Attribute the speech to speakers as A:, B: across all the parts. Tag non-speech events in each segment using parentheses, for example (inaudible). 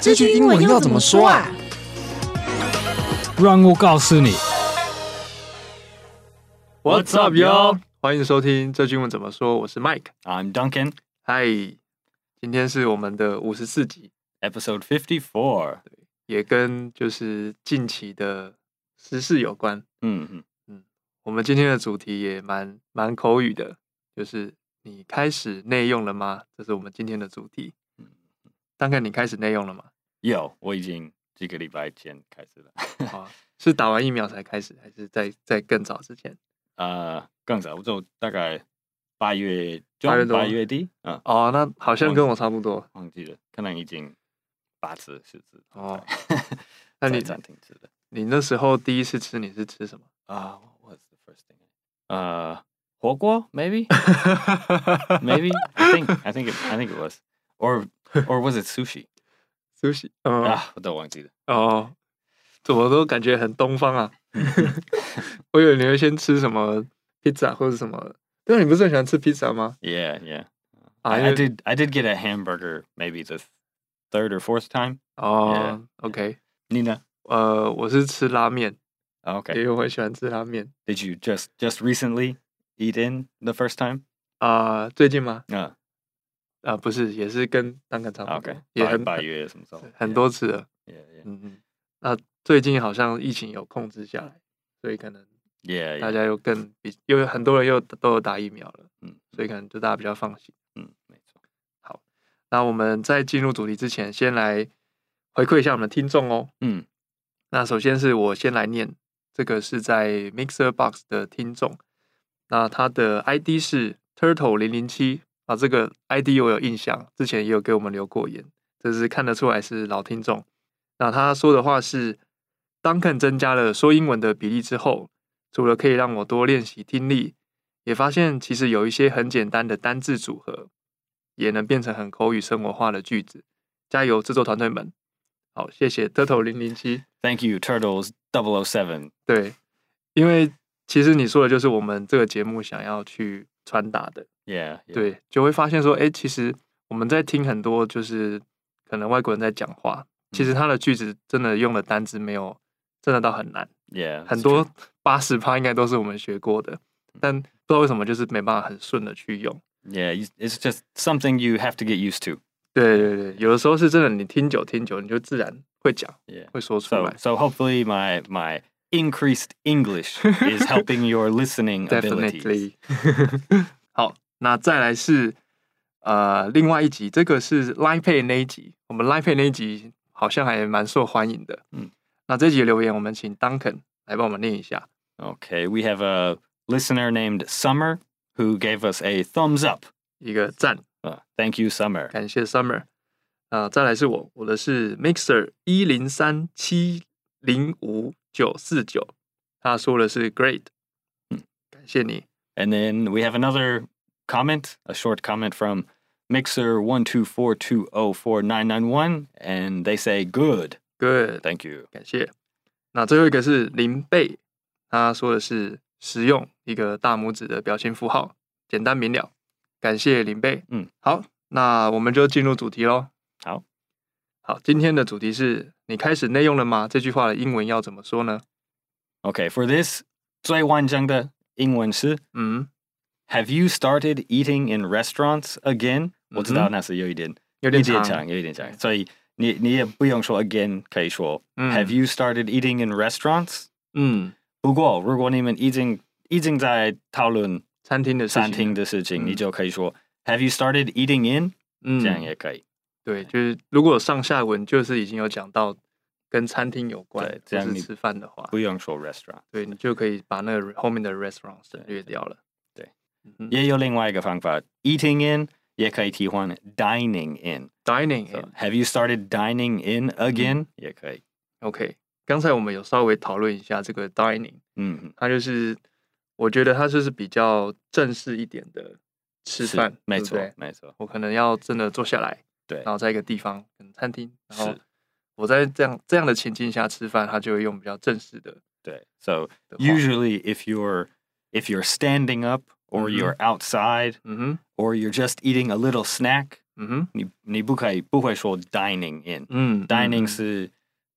A: 这句英文要怎么说啊？
B: 让我告诉你。
C: What's up, yo？欢迎收听这句英文怎么说，我是 Mike。
D: I'm Duncan,
C: 嗨，今天是我们的五十四集，
D: episode 54.
C: 也跟就是近期的时事有关。
D: 嗯
C: 我们今天的主题也蛮蛮口语的，就是你开始内用了吗？这是我们今天的主题。当看你开始内用了 (laughs) 吗？
D: 有，我已经几个礼拜前开始了。 (laughs)
C: 啊，是打完疫苗才开始，还是在在更早之前？
D: 呃，更早，就大概八月
C: 八月
D: 中、
C: 多
D: 八月底，嗯，
C: 哦，那好像跟我差不多。
D: 忘记了，可能已经八次、十次。 (laughs)
C: 哦，那
D: 那
C: 你
D: 你暂停吃的
C: 你那时候第一次吃你是吃 (laughs) 什么？
D: 啊、w h a t was the first thing？呃，火锅，maybe，maybe。I think, I think, it, I think it was, or, or was it
C: (laughs)
D: sushi？
C: 苏西。嗯、
D: 啊，我都忘记了。 (laughs)
C: 哦，怎么都感觉很东方啊！我以为你会先吃什么披萨或者什么，但你不是很喜欢吃披萨吗？
D: Yeah, yeah.
C: Ah,
D: I, I
C: you-
D: did. I did get a hamburger maybe the third or fourth time.
C: 哦、o k
D: Nina. Oh,
C: 呃，我是吃拉面，因
D: Okay.
C: 为我很喜欢吃拉面
D: Did you just just recently eat in the first time?
C: 啊、最近吗？
D: No.
C: 啊、不是，也是跟当干差不多
D: Okay.
C: 也
D: By,
C: 很
D: by you is himself.
C: 很
D: Yeah,
C: 多次了。
D: Yeah, yeah.
C: 嗯嗯，那最近好像疫情有控制下来，所以可能
D: Yeah,
C: 大
D: yeah.
C: 家又更比，又有很多人又都有打疫苗了，
D: 嗯
C: 所以可能就大家比较放心。
D: 嗯，没错。
C: 那我们在进入主题之前，先来回馈一下我们的听众哦。
D: 嗯，
C: 那首先是我先来念，这个是在 Mixer Box 的听众，那他的 ID 是 Turtle 零零七啊，这个 ID 我有印象，之前也有给我们留过言，这是看得出来是老听众。那他说的话是，Duncan 增加了说英文的比例之后，除了可以让我多练习听力，也发现其实有一些很简单的单字组合，也能变成很口语生活化的句子。加油，制作团队们！好，谢谢 Turtle 零零七。
D: Thank you, Turtles 007.
C: 对，因为其实你说的就是我们这个节目想要去传达的。
D: Yeah, yeah.
C: 对，就会发现说，哎，其实我们在听很多就是可能外国人在讲话，其实他的句子真的用的单字没有真的到很难，
D: Yeah.
C: 很
D: it's true.
C: 多八十趴应该都是我们学过的，但不知道为什么就是没办法很顺的去用。
D: Yeah, you- it's just something you have to get used to.
C: 对对对，有的时候是真的，你听久听久，你就自然会讲
D: Yeah.
C: 会说出
D: So
C: 来。
D: so hopefully my my increased English is helping your listening abilities.
C: Definitely 。 (laughs) 好，那再来是呃另外一集，这个是 Line Pay 那一集，我们 Line Pay 那一集好像还蛮受欢迎的。
D: 嗯，
C: 那这集留言我们请 Duncan 来帮我们念一下。
D: Okay, we have a listener named Summer who gave us a thumbs up.
C: 一个赞，
D: Uh, thank you, Summer.
C: 感谢 Summer。啊、再来是我，我的是 Mixer 一零三七零五九四九，他说的是 Great，
D: 嗯，
C: 感谢你。
D: And then we have another comment, a short comment from Mixer one two four two zero four nine nine one, and they say good.
C: Good，
D: Thank you.
C: 感谢。那最后一个是林贝，他说的是实用一个大拇指的表情符号，简单明了。感谢林贝。
D: 嗯，
C: 好，那我们就进入主题喽。
D: 好，
C: 好，今天的主题是你开始内用了吗？这句话的英文要怎么说呢？
D: Okay, for this, 最完整的英文是
C: 嗯，
D: Have you started eating in restaurants again? 我知道那是有一点
C: Mm-hmm. 有点长。
D: 有点长，有点长，所以你你也不用说 again 可以说
C: 嗯
D: Have you started eating in restaurants？
C: 嗯，
D: 不过如果你们已经已经在讨论餐厅的事情，
C: 餐厅的事情。。嗯。
D: 你就可以说 Have you started eating in？、
C: 嗯，
D: 这样也可以。
C: 对，就是如果上下文就是已经有讲到跟餐厅有关，
D: 对
C: 或
D: 这样
C: 是
D: 你
C: 吃饭的话，
D: 不用说 restaurant。
C: 对你就可以把那个后面的 restaurant 省略掉了。
D: 对
C: 嗯哼，
D: 也有另外一个方法，eating in 也可以替换 dining in。
C: dining
D: So,
C: in
D: have you started dining in again？、
C: OK，刚才我们有稍微讨论一下这个 dining，
D: 也可以。嗯，
C: 它就是我觉得它就是比较正式一点的吃
D: 是，
C: 饭，对不
D: 没错，
C: 对
D: 没错，
C: 我可能要真的坐下来，
D: 对，
C: 然后在一个地方，可能餐厅，然后
D: 是
C: 我在这样这样的情境下吃饭，它就会用比较正式的
D: 对。So
C: 的话。
D: usually if you're if you're standing up or
C: 嗯哼。
D: you're outside
C: 嗯哼，
D: or you're just eating a little snack,
C: 嗯哼，
D: 你你不可以不会说 dining in。
C: 嗯
D: dining 是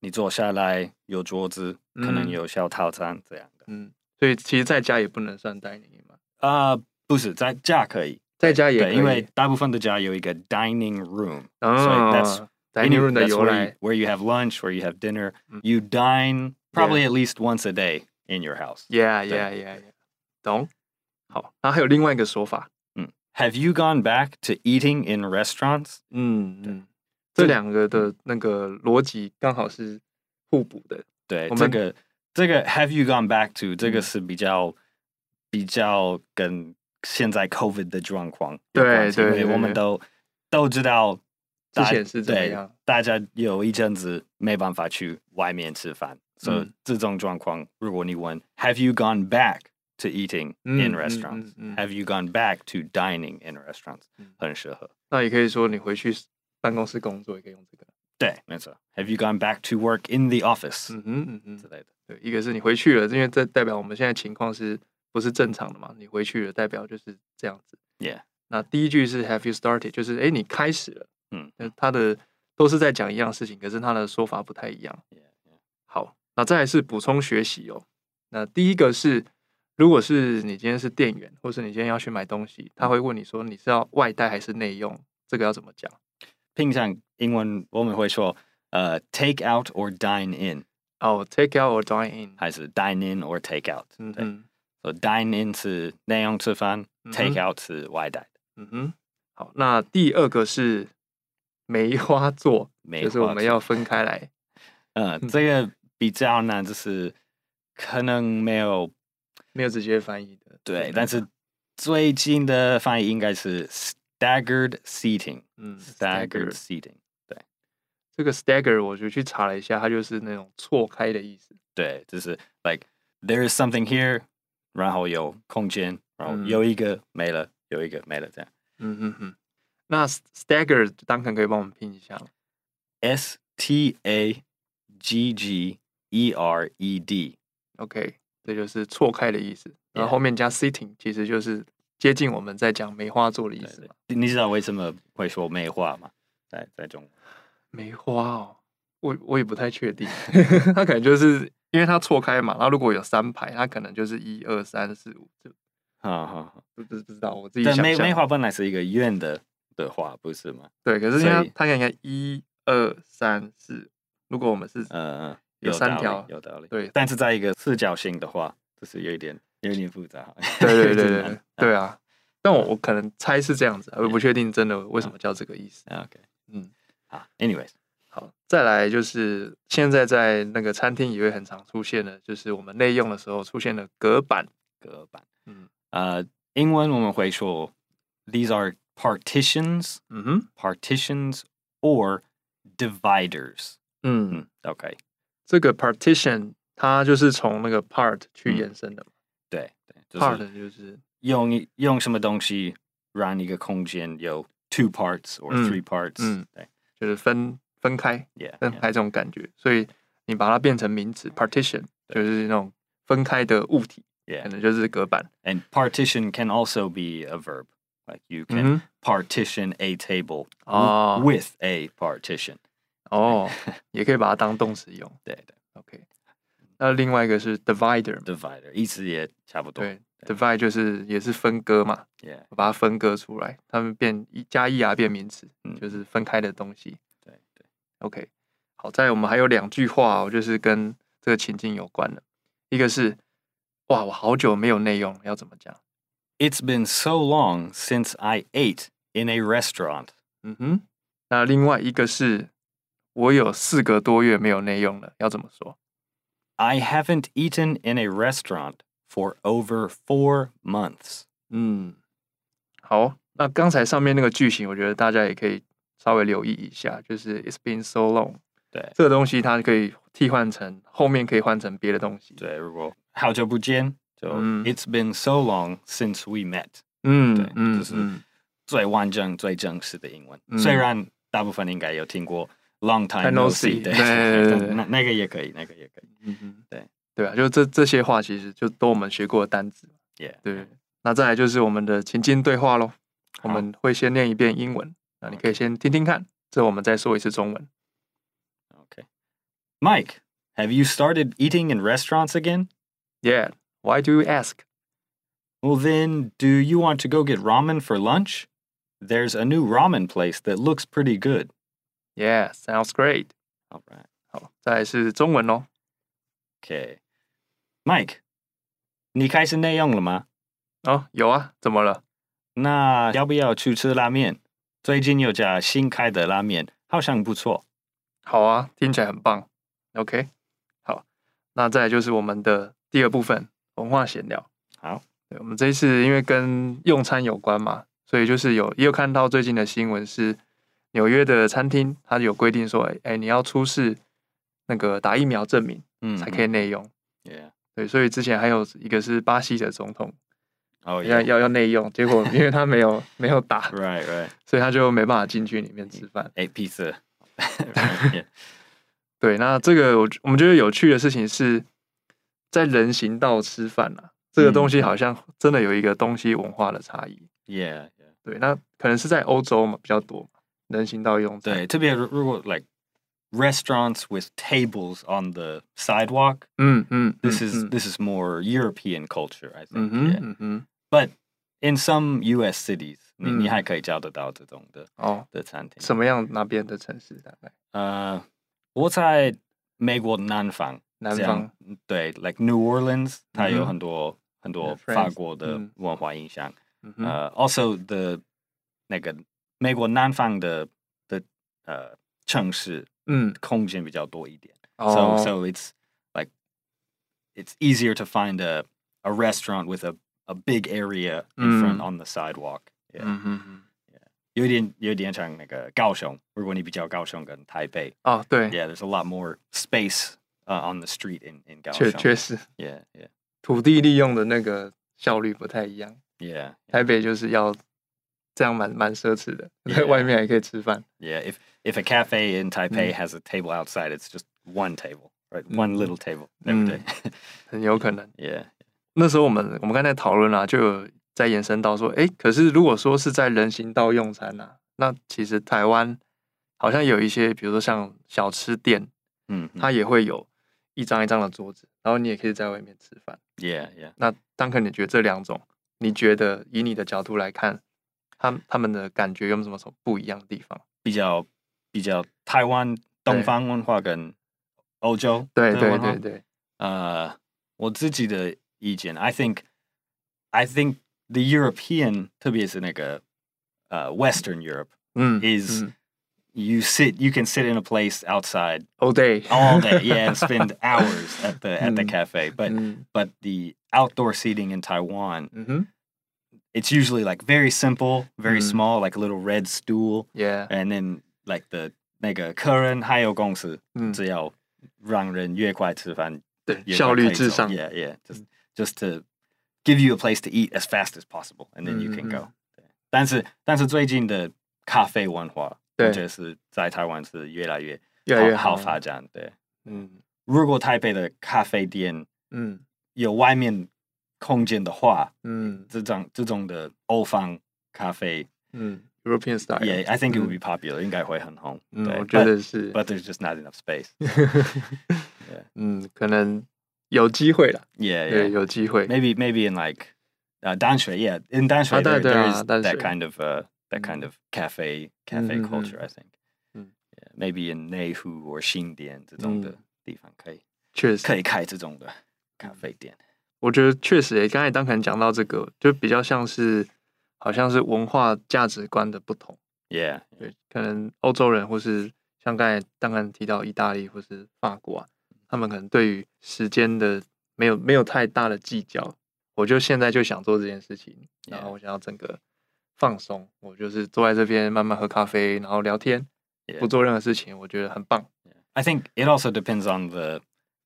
D: 你坐下来有桌子，可能
C: 嗯
D: 有小套餐这样的。
C: 嗯，嗯所以其实在家也不能算 dining 嘛，
D: 啊、不是在家可以，
C: 在家也可
D: 对，
C: 以
D: 因为大部分的家有一个 dining room。所以
C: 啊
D: that's-
C: dining room 的
D: that's
C: 由
D: where
C: 来 Mm.
D: you, where you have lunch, where you have dinner.
C: 嗯
D: You dine probably at least once a day in your house.
C: ，yeah
D: 对
C: yeah yeah，yeah 懂。好，然后还有另外一个说法，
D: Have you gone back to eating in restaurants?
C: 嗯
D: 对
C: 嗯，这嗯
D: 这
C: 两个的那个逻辑刚好是互补的，
D: 对，
C: 我
D: 这
C: 们
D: 个这个 Have you gone back to 这
C: 嗯
D: 个是比较、比较跟现在 COVID 的状况有
C: 对
D: 关系
C: 对
D: 因为
C: 对
D: 我们
C: 对
D: 都都知道
C: 之
D: 大
C: 前是怎么
D: 对
C: 样？
D: 大家有一阵子没办法去外面吃饭，所、以、
C: 嗯
D: 这种状况，如果你问 Have you gone back to eating
C: 嗯
D: in
C: 嗯
D: restaurants?、
C: 嗯嗯
D: Have you gone back to dining in restaurants？、
C: 嗯
D: 很适合。
C: 那也可以说你回去办公室工作也可以用这个，
D: 对，没错。Have you gone back to work in the office？、
C: 嗯哼嗯哼
D: 之，类的。
C: 对，一个是你回去了，因为这代表我们现在情况是不是正常的嘛？你回去了，代表就是这样子。
D: Yeah
C: 那第一句是 Have you started？就是诶，你开始了。
D: 嗯，
C: 呃他的都是在讲一样事情，可是他的说法不太一样。
D: Yeah, yeah.
C: 好，那再来是补充学习哦。那第一个是，如果是你今天是店员，或是你今天要去买东西，他会问你说你是要外带还是内用，这个要怎么讲？
D: 平常英文我们会说呃 take out or dine in，
C: 哦、t a k e out or dine in？
D: 还是 dine in or take out？
C: 嗯
D: 对，
C: 哼，
D: 所以 dine in 是内用吃饭
C: 嗯哼
D: ，take out 是外带的。
C: 嗯哼。好，那第二个是梅花座，
D: (laughs) 梅
C: 就是我
D: 花
C: 们
D: 座
C: 要分开来。
D: 呃，
C: 嗯
D: 这个比较难，就是可能没有
C: 没有直接翻译的。
D: 对，但是最近的翻译应该是 staggered seating。
C: 嗯
D: Staggered
C: ，stagger
D: seating，
C: 这个 stagger 我就去查了一下，它就是那种错开的意思。
D: 对，就是 like there is something here，然后有空间，然后
C: 嗯
D: 有一个没了，有一个没了，这样。
C: 嗯嗯嗯。那 stagger 当肯可以帮我们拼一下吗？
D: S T A G G E R E D。
C: OK，这就是错开的意思。然后
D: Yeah
C: 后面加 sitting，其实就是接近我们在讲梅花座的意思嘛。
D: 你知道为什么会说美化吗？在在中文，
C: 梅花哦，我我也不太
D: (laughs)
C: 确定，它可能就是因为它错开嘛。然后如果有三排，它可能就是一二三四五，就
D: 哈哈哈。
C: 不不不知道我自己
D: 但
C: 想
D: 梅梅
C: 象。
D: 花本来是一个圆的的花，不是吗？
C: 对，可是因
D: 所
C: 为它
D: 以
C: 它应该一二三四，如果我们是
D: 嗯嗯，
C: 有
D: 道
C: 三
D: 理
C: 条
D: 有道理。 (laughs)
C: 对
D: 但是在一个四角形的话，就是有一点有一点复杂。
C: 对对对
D: 有
C: 对
D: 点
C: 对
D: 难
C: 对啊！但我我可能猜是这样子啊，我不确定真的为什
D: 嗯
C: 么叫这个意思。
D: 啊，OK，
C: 嗯，
D: 好，anyways，
C: 好，再来就是现在在那个餐厅也会很常出现的，就是我们内用的时候出现的隔板。
D: 隔板。
C: 嗯
D: 呃，英文我们会说，these are partitions,
C: 嗯哼，
D: partitions or dividers。
C: 嗯，
D: 嗯，OK，
C: 这个 partition 它就是从那个 part 去
D: 嗯
C: 延伸的嘛、
D: 对对，就
C: p a r
D: 是
C: t 就是
D: 用一用什么东西让一个空间有 two parts or
C: 嗯
D: three parts，
C: 嗯
D: 对
C: 就是分分开
D: ，yeah，
C: 分
D: yeah，
C: 开这种感觉，所以你把它变成名词 partition，
D: 对
C: 就是那种分开的物体，可
D: yeah，
C: 能就是隔板。
D: and partition can also be a verb. Like you can
C: 嗯哼
D: partition a table w-
C: 哦
D: with a partition，
C: 哦，也可以把它当动词用。
D: 对对
C: OK，那另外一个是 divider，嘛
D: ，divider eh, 意思也差不多。
C: 对，divide 就是也是分割嘛，
D: ，yeah，
C: 我把它分割出来，它们变一加一啊变名词，
D: 嗯
C: 就是分开的东西。
D: 对对
C: OK，好在我们还有两句话、哦，就是跟这个情境有关的，一个是哇，我好久没有内用了，要怎么讲？
D: ，It's been so long since I ate in a restaurant。
C: 嗯哼，那另外一个是我有四个多月没有内用了，要怎么说？
D: I haven't eaten in a restaurant for over four months。
C: 嗯，好，那刚才上面那个句型，我觉得大家也可以稍微留意一下，就是 "It's been so long"
D: 对
C: 这个东西，它可以替换成后面可以换成别的东西。，
D: 对，如果好久不见，就
C: 嗯。
D: It's been so long since we met。
C: 嗯
D: 对
C: 嗯
D: 就是
C: 嗯，
D: 最完整、最正式的英文。
C: 嗯。
D: 虽然大部分应该有听过 long time
C: Time
D: no
C: no
D: see，
C: see，
D: 对，
C: 对，对，对，对，对。
D: (laughs) 那-那个也可以，那个也可以。
C: 嗯嗯，
D: 对
C: 对啊，就这这些话其实就都我们学过的单词。
D: Yeah.
C: 对，那再来就是我们的情境对话喽，我
D: 好
C: 们会先念一遍英文，那你可以先听听看，这我们再说一次中文。
D: Okay. Mike, have you started eating in restaurants again?
C: Yeah, why do you ask?
D: Well, then, do you want to go get ramen for lunch? There's a new ramen place that looks pretty good.
C: Yeah, sounds great.
D: All right.
C: 好，再来是中文哦。
D: Okay. Mike, 你开始内用了吗？
C: 哦，有啊，怎么了？
D: 那要不要去吃拉面？最近有家新开的拉面，好像不错。
C: 好啊，听起来很棒。OK，好，那再来就是我们的第二部分文化闲聊。
D: 好
C: 对，我们这一次因为跟用餐有关嘛，所以就是有也有看到最近的新闻是纽约的餐厅，它有规定说，哎、哎你要出示那个打疫苗证明
D: 嗯
C: 才可以内用。
D: Mm-hmm. Yeah.
C: 对，所以之前还有一个是巴西的总统
D: Oh,
C: 要
D: yeah.
C: 要要内用，结果因为他没有没有
D: (laughs)
C: 打，
D: Right, right.
C: 所以他就没办法进去里面吃饭。
D: Ate pizza. (laughs) Right, yeah.
C: 对，那这个我我们觉得有趣的事情是在人行道吃饭啊，这
D: 嗯
C: 个东西好像真的有一个东西文化的差异。
D: Yeah, yeah.
C: 对，那可能是在欧洲嘛比较多嘛，人行道用餐。，
D: 对，特别如果 like restaurants with tables on the sidewalk,
C: 嗯嗯，
D: this
C: 嗯
D: is
C: 嗯
D: this is more European culture, I think.
C: 嗯哼
D: yeah.
C: 嗯哼，
D: But in some U.S. cities, 你-
C: 嗯。
D: 你还可以叫得到这种的-
C: 哦，
D: 的餐厅。
C: 什么样哪边的城市大概？
D: 呃，我在美国南方，
C: 南
D: 这样
C: 方，
D: 对，like New Orleans，它
C: 嗯
D: 有
C: 哼
D: 很多、很多
C: Yeah，France，
D: 法国的
C: 嗯
D: 文化影响。
C: 嗯哼，
D: 呃、a l s o Uh, the 那个美国南方的的呃城市
C: 嗯，
D: 空间比较多一点、
C: 哦
D: s o so it's like it's easier to find a a restaurant with a a big area in front
C: 嗯
D: on the sidewalk、yeah.
C: 嗯哼哼，
D: 有点有点像那个高雄，如果你比较高雄跟台北。
C: 哦，对，
D: yeah, there's a lot more space uh, on the street in in
C: 确
D: Kaohsiung.
C: 确实
D: Yeah, yeah,
C: 土地利用的那个效率不太一样。
D: yeah,
C: 台北就是要这样蛮蛮奢侈的，在
D: Yeah.
C: 外面还可以吃饭。
D: yeah. If if a cafe in Taipei
C: Mm.
D: has a table outside, it's just one table, right?
C: Mm.
D: One little table every day.
C: 很有可能。
D: (laughs) yeah,
C: 那时候我们我们刚才讨论啊，就有在延伸到说，诶，可是如果说是在人行道用餐啊，那其实台湾好像有一些，比如说像小吃店，
D: mm, mm.
C: 它也会有一张一张的桌子，然后你也可以在外面吃饭。
D: yeah, yeah.
C: 那当可你觉得这两种，你觉得以你的角度来看，他他们的感觉有没有什么什么不一样的地方？
D: 比较比较台湾东方文化跟欧洲
C: 对对
D: 嗯
C: 对对，
D: 呃，我自己的意见，I think I think the European 特别是那个呃 Western Europe
C: 嗯
D: is
C: 嗯
D: you sit you can sit in a place outside
C: all，Oh, day
D: all day yeah and
C: (laughs)
D: spend hours at the at the
C: Mm.
D: cafe but
C: 嗯
D: but the outdoor seating in taiwan
C: 嗯哼
D: it's usually like very simple very
C: Mm.
D: small like a little red stool
C: ，yeah，
D: and then like the 那个客人还有公司
C: 嗯，
D: 只要让人越快吃饭
C: 对，
D: 越快
C: 效率
D: 可以
C: 至
D: 走
C: 上。
D: yeah yeah just just to give you a place to eat as fast as possible and then you can go 但是但是最近的咖啡文化
C: 对。
D: 我觉得是在台湾是越来越
C: 越来越
D: 好
C: 好
D: 发展对
C: 嗯
D: 如果台北的咖啡店
C: 嗯
D: 有外面空间的话，
C: 嗯
D: 这种这种的欧方咖啡
C: 嗯，European style。
D: 也、I think it would be popular，、应该会很红。
C: 嗯，
D: 对
C: 我觉得是。
D: but, but there's just not enough space.
C: (laughs) 嗯，可能有机会啦，
D: Yeah,
C: 对，
D: yeah.
C: 有机会。
D: Maybe maybe in like uh, 淡水, yeah, in 淡水
C: 啊，
D: there,
C: 对，对
D: there
C: 啊，
D: is
C: 淡水。
D: that kind of uh, that kind
C: 嗯。
D: of cafe cafe
C: 嗯，嗯，嗯。
D: culture, I think.
C: 嗯。
D: Yeah, maybe in 内湖 or 新店这种的
C: 嗯
D: 地方可以、
C: 确实，
D: 可以开这种的咖啡店。
C: 我觉得确实诶，刚才当可能讲到这个，就比较像是，好像是文化价值观的不同。
D: Yeah,
C: 对，可能欧洲人或是像刚才当然提到意大利或是法国啊，
D: 嗯
C: 他们可能对于时间的没有没有太大的计较。我就现在就想做这件事情，然
D: Yeah.
C: 后我想要整个放松，我就是坐在这边慢慢喝咖啡，然后聊天，
D: yeah.
C: 不做任何事情，我觉得很棒。
D: I think it also depends on the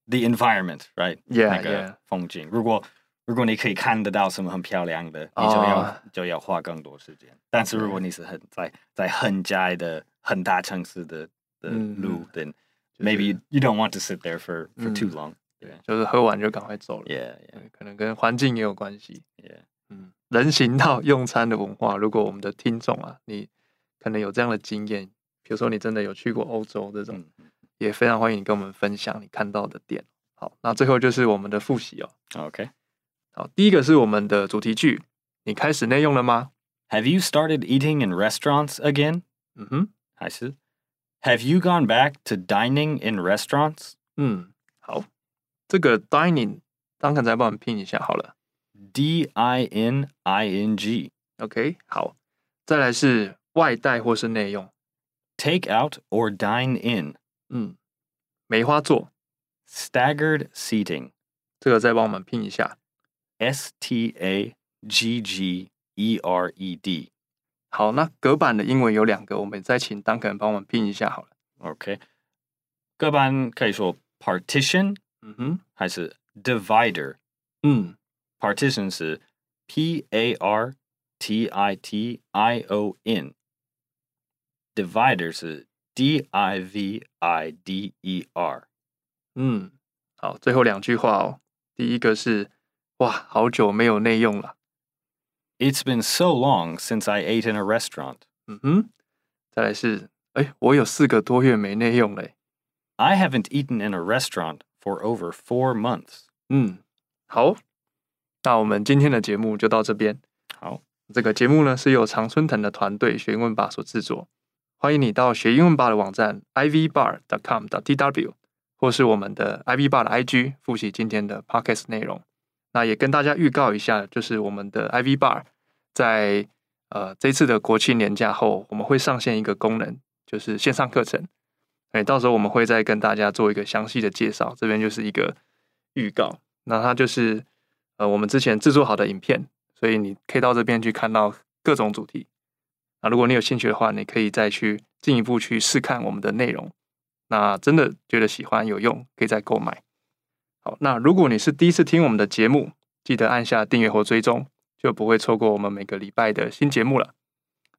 D: the environment, right?
C: Yeah,
D: 那
C: yeah.
D: 个风景。如果如果你可以看得到什么很漂亮的，你
C: 哦
D: 就要、就要花更多时间。但是如果你是很在在很窄的很大城市的的
C: 嗯嗯
D: 路，then
C: 就是
D: maybe you, you don't want to sit there for for too
C: 嗯
D: long.
C: 对，就是喝完就赶快走了。
D: Yeah, yeah,
C: 对，可能跟环境也有关系。
D: yeah.
C: 嗯，人行道用餐的文化，如果我们的听众啊，你可能有这样的经验，比如说你真的有去过欧洲这种，
D: 嗯
C: 也非常欢迎你跟我们分享你看到的点。好，那最后就是我们的复习哦。
D: Okay.
C: 好，第一个是我们的主题句，你开始内用了吗？
D: Have you started eating in restaurants again?
C: 嗯哼，
D: I said. Have you gone back to dining in restaurants?
C: 嗯，好，这个 dining，当肯再帮我们拼一下好了。
D: D I N I N G. E.
C: OK，好，再来是外带或是内用，
D: Take out or dine in.
C: 嗯，梅花座，
D: Staggered seating.
C: 这个再帮我们拼一下。
D: S T A G G E R E D.
C: 好，那隔板的英文有两个，我们再请 Duncan 帮我们拼一下好了。
D: Okay. 各班可以说 partition
C: 嗯哼，
D: 还是 divider.
C: 嗯，
D: Partition 是 P A R T I T I O N. Divider 是 D I V I D E R.
C: 嗯，好，最后两句话哦。第一个是，哇，好久没有内用了。
D: It's been so long since I ate in a restaurant.
C: 嗯哼，再来是，哎，我有四个多月没内用嘞。
D: I haven't eaten in a restaurant for over four months.
C: 嗯，好，那我们今天的节目就到这边。
D: 好，
C: 这个节目呢是由常春藤的团队学英文吧所制作，欢迎你到学英文吧的网站 ivbar.com.tw 或是我们的 ivbar 的 IG 复习今天的 podcast 内容。那也跟大家预告一下，就是我们的 ivbar 在呃这次的国庆年假后，我们会上线一个功能，就是线上课程。哎，到时候我们会再跟大家做一个详细的介绍，这边就是一个预告。那它就是呃我们之前制作好的影片，所以你可以到这边去看到各种主题。那如果你有兴趣的话，你可以再去进一步去试看我们的内容。那真的觉得喜欢有用，可以再购买。好，那如果你是第一次听我们的节目，记得按下订阅或追踪，就不会错过我们每个礼拜的新节目了。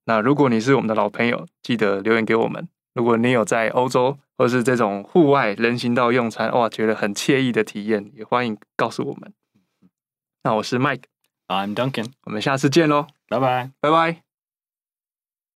C: 那如果你是我们的老朋友，记得留言给我们。如果你有在欧洲或是这种户外人行道用餐，哇，觉得很惬意的体验，也欢迎告诉我们。那我是 Mike，
D: I'm Duncan.
C: 我们下次见喽，
D: Bye bye.
C: 拜拜。